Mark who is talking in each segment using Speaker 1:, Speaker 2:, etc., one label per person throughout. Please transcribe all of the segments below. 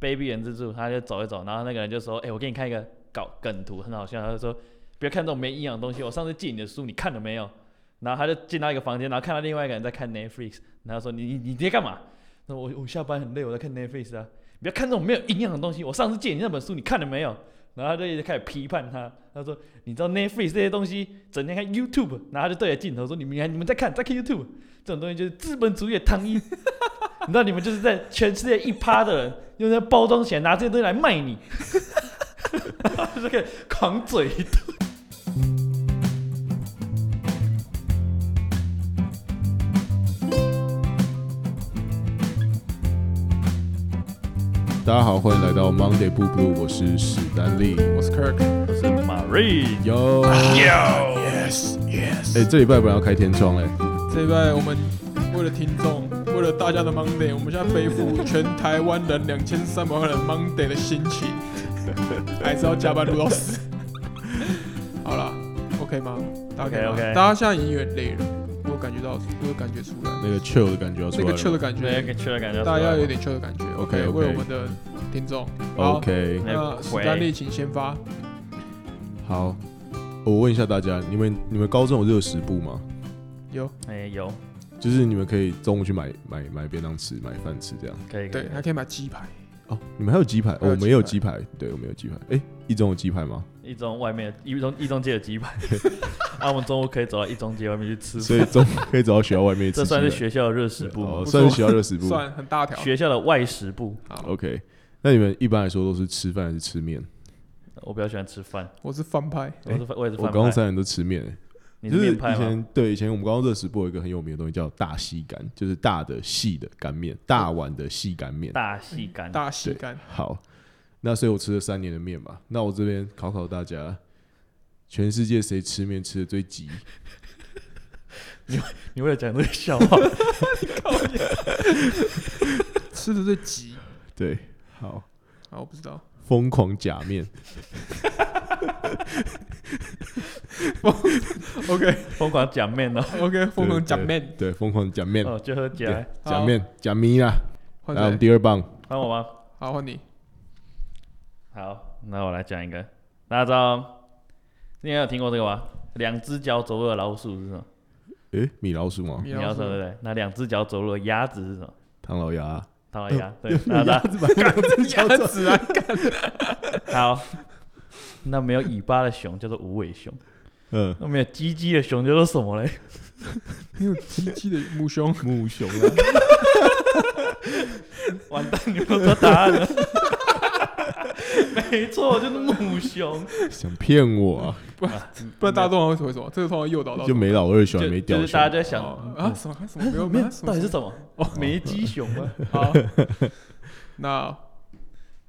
Speaker 1: 卑鄙人之助，他就走一走，然后那个人就说：“哎、我给你看一个搞梗图，很好笑。”他就说：“不要看这种没营养的东西，我上次借你的书，你看了没有？”然后他就进到一个房间，然后看到另外一个人在看 Netflix，然后说：“你你你在干嘛？”那我我下班很累，我在看 Netflix 啊。不要看这种没有营养的东西，我上次借你那本书，你看了没有？然后他就一直开始批判他，他说：“你知道 Netflix 这些东西，整天看 YouTube。”然后他就对着镜头说：“你们你们在看，在看 YouTube，这种东西就是资本主义的糖衣。你知道你们就是在全世界一趴的人，用那包装起来拿这些东西来卖你。”然 后就开始狂嘴一顿。
Speaker 2: 大家好，欢迎来到 Monday Blue Blue，我是史丹利，我是 Kirk。
Speaker 1: 我是 Marie，
Speaker 2: 哟，
Speaker 3: Yes, yes。
Speaker 2: 哎，这礼拜本来要开天窗哎，
Speaker 3: 这一拜我们为了听众，为了大家的 Monday，我们现在背负全台湾人两千三百万人 Monday 的心 情，还是要加班录到死。好啦 o k 吗？大家可以吗
Speaker 1: OK，OK
Speaker 3: 大家现在已经有点累了，我感觉到，我有感觉出来，
Speaker 2: 那个 chill 的感觉要出
Speaker 3: 那
Speaker 2: 来
Speaker 3: 个
Speaker 2: 了。
Speaker 3: chill 的感
Speaker 1: 对，有
Speaker 3: 觉，
Speaker 1: 点缺的感觉出来
Speaker 3: 大
Speaker 1: 了。
Speaker 3: 家要有点 chill 的感觉。
Speaker 2: OK，OK
Speaker 3: 为了我们的听众。好，
Speaker 2: OK，
Speaker 3: 那史丹利请先发。
Speaker 2: 好，我问一下大家，你们你们高中有热食部吗？
Speaker 3: 有，
Speaker 1: 哎、有
Speaker 2: 就是你们可以中午去买买买便当吃，买饭吃这样。
Speaker 1: 可以可以
Speaker 3: 对，还可以买鸡排。
Speaker 2: 哦，你们还有鸡排？
Speaker 3: 还有
Speaker 2: 哦我们也有
Speaker 3: 鸡
Speaker 2: 鸡排，对，我们有鸡排。哎，一中有鸡排吗？
Speaker 1: 一中外面的一中一中街的鸡 排，啊，我们中午可以走到一中街外面去吃
Speaker 2: 所以
Speaker 1: 饭，
Speaker 2: 中可以走到学校外面
Speaker 1: 这
Speaker 2: 吃鸡排。
Speaker 1: 算是学校的热食部
Speaker 2: 哦
Speaker 1: 吗？
Speaker 2: 算是学校热食部。
Speaker 3: 算很大条。
Speaker 1: 学校的外食部，
Speaker 3: 好，
Speaker 2: OK，那你们一般来说都是吃饭还是吃面？
Speaker 1: 我比较喜欢吃饭，
Speaker 3: 我是翻拍，
Speaker 1: 我是哎我也是
Speaker 2: 我
Speaker 1: 饭
Speaker 2: 高中
Speaker 1: 派，
Speaker 2: 三年都吃面欸。
Speaker 1: 你是
Speaker 2: 就是
Speaker 1: 面
Speaker 2: 以
Speaker 1: 派吗？
Speaker 2: 前对以前我们高中热食部有一个很有名的东西叫大细干，就是大的细的干面，大碗的细干面。
Speaker 1: 大细干，
Speaker 3: 大洗干。
Speaker 2: 好，那所以我吃了三年的面嘛。那我这边考考大家，全世界谁吃面吃的最急？
Speaker 1: 你为了讲这个笑 话，
Speaker 3: 吃的最急
Speaker 2: 对，好，
Speaker 3: 啊！我不知道，
Speaker 2: 疯狂假面，
Speaker 3: OK
Speaker 1: 疯狂讲面哦，
Speaker 3: OK，疯狂讲面，
Speaker 2: 对，疯狂假面，
Speaker 1: 哦，就喝起来，
Speaker 3: 好
Speaker 2: 假面，假咪啦。
Speaker 3: 换
Speaker 2: 来，我们
Speaker 3: 谁？
Speaker 2: 第二棒，
Speaker 1: 换我吗？
Speaker 3: 好，换 你。
Speaker 1: 好，那我来讲一个，大家知道，你有听过这个吗？两只脚走路的老鼠是什么？
Speaker 2: 诶，米老鼠吗？
Speaker 3: 米
Speaker 1: 你要
Speaker 3: 老鼠
Speaker 1: 说对不对？那两只脚走路的鸭子是什么？
Speaker 2: 唐老鸭，啊
Speaker 1: 唐老鸭，对，大 家
Speaker 2: 子吧，两只脚
Speaker 3: 鸭 子啊，
Speaker 1: 好，那没有尾巴的熊叫做无尾熊，
Speaker 2: 嗯，
Speaker 1: 那没有鸡鸡的熊叫做什么嘞？
Speaker 3: 你有鸡鸡的母熊，
Speaker 2: 母熊 啊，
Speaker 1: 完蛋，你们都说答案了。没错，就是母熊，
Speaker 2: 想骗我啊？
Speaker 3: 不然大家通常会回什么？这个通常诱导到
Speaker 2: 就没老二熊，
Speaker 1: 就
Speaker 2: 没
Speaker 1: 就
Speaker 2: 屌
Speaker 1: 是
Speaker 2: 熊
Speaker 1: 大家。就在
Speaker 3: 什
Speaker 1: 想，嗯
Speaker 3: 么啊什么啊什么没有
Speaker 1: 没有
Speaker 3: 啊什，么
Speaker 1: 到底是什么？没鸡熊吗？
Speaker 3: 好。 那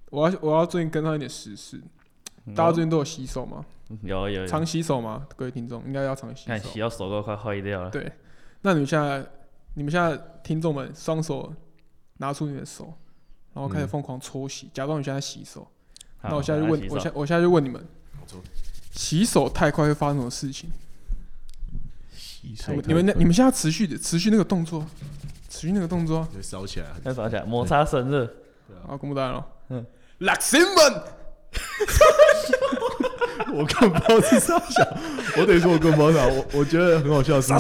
Speaker 3: 我要我要最近跟上一点时事，
Speaker 1: 嗯
Speaker 3: 大家最近都有洗手吗？
Speaker 1: 有有有，
Speaker 3: 常洗手吗？各位听众应该要常洗
Speaker 1: 看
Speaker 3: 手
Speaker 1: 洗。到手都快坏掉了。
Speaker 3: 对，那你们现在你们现在听众们双手拿出你的手，然后开始
Speaker 2: 嗯
Speaker 3: 疯狂搓洗，假装你现在洗手。
Speaker 1: 好
Speaker 3: 那我现在就
Speaker 1: 来
Speaker 3: 问，
Speaker 1: 洗手
Speaker 3: 我现我现在就问你们
Speaker 2: 错，
Speaker 3: 洗手太快会发生什么事情？
Speaker 2: 洗
Speaker 3: 你
Speaker 2: 手
Speaker 3: 们你们那你们现在持续的持续那个动作，持续那个动作，
Speaker 2: 就烧起来，
Speaker 1: 要找起来摩擦生热，
Speaker 3: 好，公布答案了。
Speaker 1: 嗯
Speaker 3: 嗯，拉新闻，
Speaker 2: 我更不知道是啥想，我得说我更不知道，我我觉得很好笑的是，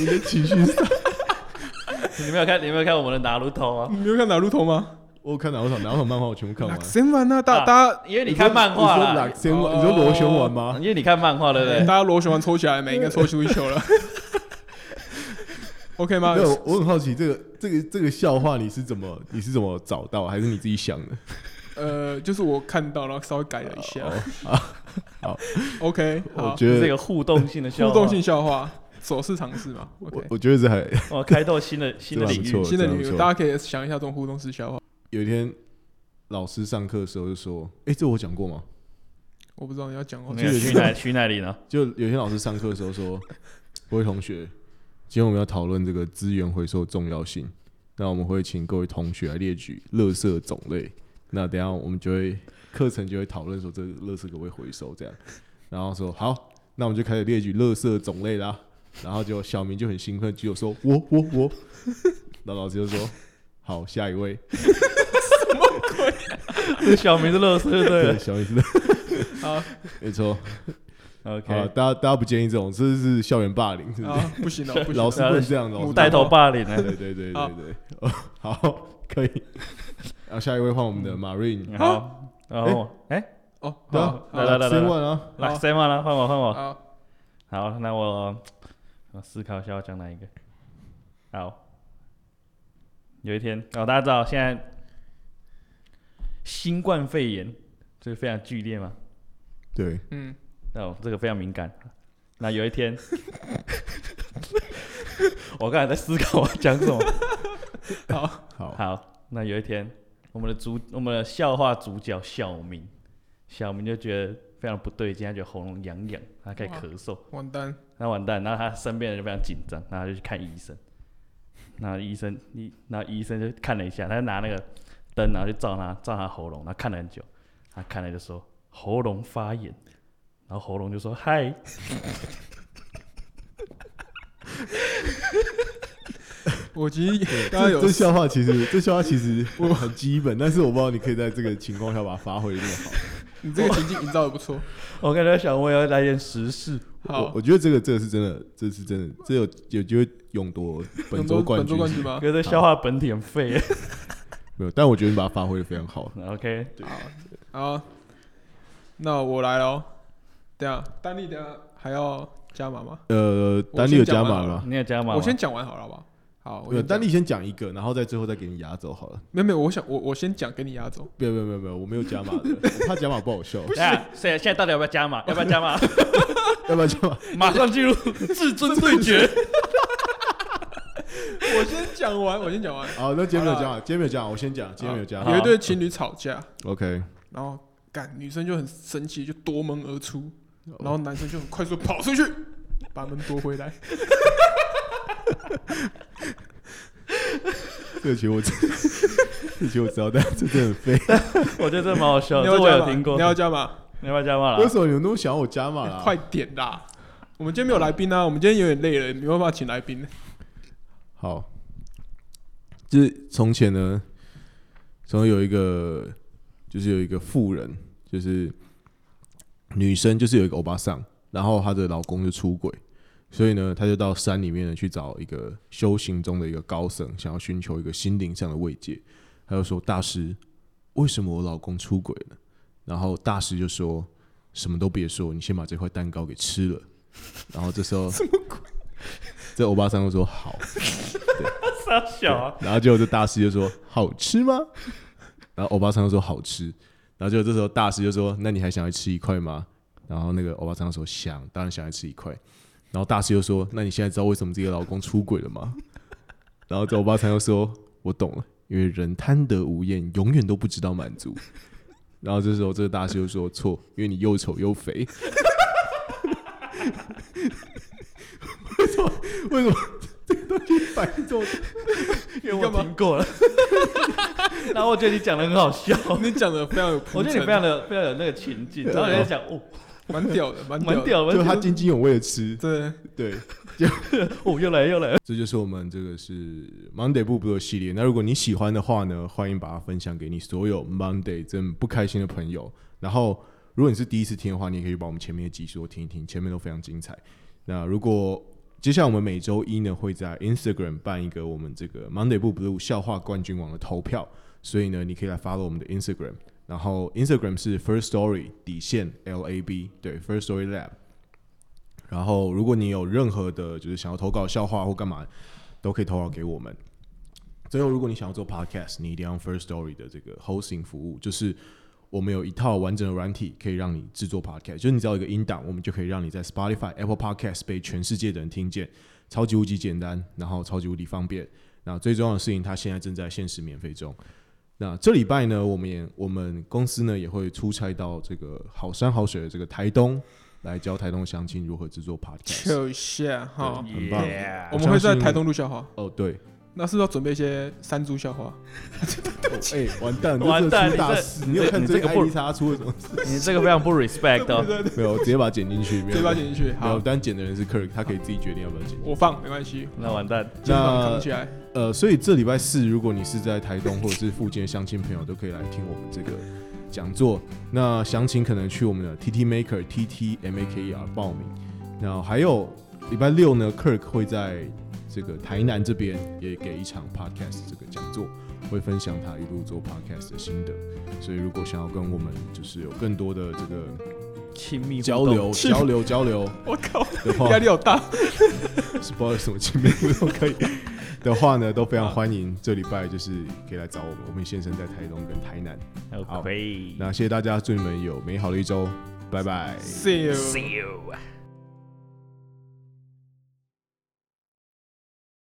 Speaker 2: 你的情绪是，
Speaker 1: 你没有看你没有看我们的拿鲁头吗？
Speaker 3: 你没有看哪路头吗？
Speaker 2: 我看哪一场哪一场漫画我全部看
Speaker 3: 拉
Speaker 2: 完。
Speaker 3: 新闻啊，大
Speaker 1: 啊
Speaker 3: 大家
Speaker 1: 因为你看漫画
Speaker 2: 你说
Speaker 1: 啦
Speaker 2: 哪，先玩？你说螺旋丸吗？
Speaker 1: 因为你看漫画对不
Speaker 3: 大
Speaker 1: 对？
Speaker 3: 家螺旋丸抽起来没？应该抽出一球了。OK
Speaker 1: 哦
Speaker 3: 吗
Speaker 2: 没？有，我很好奇这个这个这个笑话你是怎么你是怎么找到，还是你自己想的？
Speaker 3: 呃，就是我看到，然后稍微改了一下。OK，
Speaker 2: 哦啊我
Speaker 3: 好，
Speaker 2: 觉
Speaker 1: 是一
Speaker 2: 得
Speaker 1: 哦个互动性的笑
Speaker 3: 互
Speaker 1: 话，
Speaker 3: 动性笑话，手势尝试嘛。
Speaker 2: 我
Speaker 3: OK，
Speaker 2: 我觉得这还
Speaker 1: 我开拓新的新的
Speaker 2: 这
Speaker 1: 领
Speaker 2: 样不
Speaker 1: 域
Speaker 2: 错。
Speaker 3: 新的领
Speaker 2: 这样不
Speaker 3: 域，
Speaker 2: 错
Speaker 3: 大家可以想一下这种互动式笑话。
Speaker 2: 有一天老师上课的时候就说，哎，这我讲过吗？
Speaker 3: 我不知道你要讲哦，
Speaker 1: 那个徐乃徐乃麟呢？
Speaker 2: 就有一天老师上课的时候说，各位同学，今天我们要讨论这个资源回收的重要性。那我们会请各位同学来列举垃圾种类。那等一下我们就会课程就会讨论说这个垃圾可不可以回收这样。然后说好，那我们就开始列举垃圾种类啦。然后就小明就很兴奋，举手说我我我。然后老师就说好，下一位。
Speaker 3: 什么鬼？
Speaker 1: 这小明是乐色就对
Speaker 2: 对，
Speaker 1: 了。
Speaker 2: 小意思的，
Speaker 3: 啊
Speaker 2: 没错。好了，
Speaker 1: OK，
Speaker 2: 大家大家不建议这种，这是校园霸凌，是不是？
Speaker 3: 啊，不 行了，不行
Speaker 2: 老师
Speaker 3: 了，
Speaker 2: 不能这样，老师哦
Speaker 3: 母
Speaker 2: 不能
Speaker 1: 带头霸凌呢？
Speaker 2: 对对对对对，哦 好，可以。然后下一位换我们的 Marine，
Speaker 1: 好，然后哎，
Speaker 3: 哦，
Speaker 2: 对
Speaker 3: 好
Speaker 2: 啊，
Speaker 1: 来来来来
Speaker 2: 先问啊，
Speaker 1: 来
Speaker 3: 好
Speaker 1: s a m 了，换我换我。
Speaker 3: 好，
Speaker 1: 好，那我我思考一下要讲哪一个。好，有一天哦，大家知道现在新冠肺炎这非常剧烈嘛，
Speaker 2: 对，
Speaker 3: 嗯，
Speaker 1: 哦，这个非常敏感。那有一天， 我刚才在思考我要讲什么。
Speaker 3: 好，
Speaker 2: 好，
Speaker 1: 好，那有一天，我们的主我们的笑话主角小明，小明就觉得非常不对劲，他觉得喉咙痒痒，他开始
Speaker 3: 哇
Speaker 1: 咳嗽。
Speaker 3: 完蛋，
Speaker 1: 那完蛋，然后他身边的人非常紧张，然后他就去看医生。那医生，医，那医生就看了一下，他就拿那个灯，然后就照他照他喉咙，然后看了很久，他看了就说喉咙发炎，然后喉咙就说嗨，
Speaker 3: 我其 实刚刚
Speaker 2: 这
Speaker 3: 有
Speaker 2: 这笑话其 实这笑话其实很基本，但是我不知道你可以在这个情况下把它发挥得更好。
Speaker 3: 你这个情境营造的不错，
Speaker 1: 我感觉小我也要来点时事，
Speaker 2: 我
Speaker 3: 好，
Speaker 2: 我觉得这个这个是真的，这是真的，这有有机会勇夺本周
Speaker 3: 本
Speaker 2: 冠
Speaker 3: 周
Speaker 2: 军，
Speaker 3: 冠军吗？
Speaker 1: 可是消化本体很废。
Speaker 3: 啊
Speaker 2: 没有，但我觉得你把它发挥的非常好。
Speaker 1: OK，
Speaker 3: 好，好，那我来喽。等一下，丹立，等一下还要加码吗？
Speaker 2: 呃，
Speaker 3: 我
Speaker 2: 丹
Speaker 3: 先
Speaker 2: 利有
Speaker 3: 讲
Speaker 2: 加
Speaker 3: 完
Speaker 2: 码
Speaker 3: 好了
Speaker 2: 吗？
Speaker 1: 你也加码吗？
Speaker 3: 我先讲完好了，好不好？好，我
Speaker 2: 没有，
Speaker 3: 先
Speaker 2: 丹
Speaker 3: 立，
Speaker 2: 利先讲一个，然后再最后再给你压轴好了。
Speaker 3: 没有没有，我想我我先讲给你压 轴。
Speaker 2: 没有没有没有没有，我没有加码的， 我怕加码不好笑，
Speaker 1: 等下，现在现在到底要不要加码？要不要 加码？
Speaker 2: 要不然加码
Speaker 1: 马上进入至尊对决。
Speaker 3: 我先讲完，我先讲完。
Speaker 2: 好，那今天没有
Speaker 3: 好
Speaker 2: 讲，今天没有讲，我先讲，今天没有讲。
Speaker 1: 好
Speaker 3: 有一对情侣吵架，
Speaker 2: OK，
Speaker 3: 然后干女生就很生气，就夺门而出，然后男生就很快速地跑出去，把门夺回来。
Speaker 2: 这个其实我知， 这个其实我知道，但是这真的很废。
Speaker 1: 我觉得这蛮好笑
Speaker 3: 你
Speaker 1: 的，
Speaker 2: 啊
Speaker 3: 要
Speaker 1: 这我
Speaker 3: 加
Speaker 1: 有
Speaker 3: 码？
Speaker 1: 听过。
Speaker 3: 你要加码？
Speaker 1: 你要不要加码
Speaker 2: 为
Speaker 1: 了？
Speaker 2: 什么你们那么想要我加码
Speaker 3: 快
Speaker 2: 啦？
Speaker 3: 点啦！我们今天没有来宾啊，我们今天有点累了，没办法请来 宾。
Speaker 2: 好，就是从前呢，从前有一个，就是有一个富人，就是女生，就是有一个欧巴桑，然后她的老公就出轨，所以呢，她就到山里面呢去找一个修行中的一个高僧，想要寻求一个心灵上的慰藉。她就说：“大师，为什么我老公出轨呢？”然后大师就说：“什么都别说，你先把这块蛋糕给吃了。”然后这时候，这欧巴桑就说：“好。”
Speaker 1: 傻小啊！
Speaker 2: 然后结果这大师就说：“好吃吗？”然后欧巴桑就说：“好吃。”然后结果这时候大师就说：“那你还想要吃一块吗？”然后那个欧巴桑说：“想，当然想要吃一块。”然后大师又说：“那你现在知道为什么自己的老公出轨了吗？”然后这欧巴桑又说：“我懂了，因为人贪得无厌，永远都不知道满足。”然后这时候这个大师又说：“错，因为你又丑又肥。”为什么？为什么这个东西反应这么
Speaker 1: 因为我听过了。然后我觉得你讲的很好笑，
Speaker 3: 你讲的非常有
Speaker 1: 我
Speaker 3: 铺
Speaker 1: 觉
Speaker 3: 陈，
Speaker 1: 得你
Speaker 3: 啊
Speaker 1: 非常的非常有那个情境，然后你在讲哦，
Speaker 3: 蛮屌的，蛮
Speaker 1: 蛮
Speaker 3: 的。
Speaker 1: 屌的，
Speaker 2: 就他
Speaker 1: 蛮屌的
Speaker 2: 津津有味的吃，
Speaker 3: 对，
Speaker 2: 对，
Speaker 1: 哦，又来又来，
Speaker 2: 这就是我们这个是 Monday 不不的系列。那如果你喜欢的话呢，欢迎把它分享给你所有 Monday 真不开心的朋友。然后，如果你是第一次听的话，你也可以把我们前面的集数听一听，前面都非常精彩。那如果接下来我们每周一呢会在 Instagram 办一个我们这个 Monday 不 Blue 笑话冠军网的投票，所以呢你可以来 follow 我们的 Instagram，然后 Instagram 是 First Story 底线 LAB 对 First Story Lab。然后如果你有任何的就是想要投稿笑话或干嘛，都可以投稿给我们。最后，如果你想要做 podcast，你一定要用 First Story 的这个 hosting 服务，就是我们有一套完整的软体，可以让你制作 podcast，就是你只要有一个音档，我们就可以让你在 Spotify、Apple Podcast 被全世界的人听见，超级无敌简单，然后超级无敌方便。那最重要的事情，它现在正在限时免费中。那这礼拜呢，我们也我们公司呢也会出差到这个好山好水的这个台东，来教台东乡亲如何制作 podcast。
Speaker 3: 就下哈。
Speaker 2: 嗯很棒
Speaker 1: Yeah
Speaker 3: 我们会在台东录笑话，
Speaker 2: 哦，对，
Speaker 3: 那是不是要准备一些山猪笑话？
Speaker 2: 哦哎、完蛋，这
Speaker 1: 完蛋
Speaker 2: 真的是大
Speaker 1: 你这
Speaker 2: 事！你有看
Speaker 1: 你这
Speaker 2: 这
Speaker 1: 个
Speaker 2: 个艾
Speaker 1: 不
Speaker 2: 丽莎出了什么事？
Speaker 1: 你这个非常不 respect
Speaker 3: 对
Speaker 1: 哦。
Speaker 3: 对对，
Speaker 2: 没有，直接把它剪进去，没
Speaker 3: 直接
Speaker 2: 有，
Speaker 3: 把它剪进去。
Speaker 2: 没有，
Speaker 3: 好，
Speaker 2: 但剪的人是 Kirk，他可以自己决定要不要剪。
Speaker 3: 我放没关系，
Speaker 1: 那完蛋，
Speaker 3: 肩膀
Speaker 2: 那
Speaker 3: 扛起来。
Speaker 2: 呃，所以这礼拜四，如果你是在台东或者是附近的乡亲朋友，都可以来听我们这个讲座。那详情可能去我们的 TT Maker T T M A K E R 报名。然后还有礼拜六呢，Kirk 会在这个台南这边也给一场 podcast 这个讲座，会分享他一路做 podcast 的心得。所以如果想要跟我们就是有更多的这个
Speaker 1: 亲密互
Speaker 2: 交
Speaker 1: 动
Speaker 2: 流、交流、交流
Speaker 3: 我靠，
Speaker 2: 的话，
Speaker 3: 压力好大。
Speaker 2: 是 不知道有什么亲密互动可以的话呢，都非常欢迎。这礼拜就是可以来找我们，我们现身在台东跟台南。好
Speaker 1: ，OK，
Speaker 2: 那谢谢大家，祝你们有美好的一周，拜拜。
Speaker 3: See you。
Speaker 1: See you。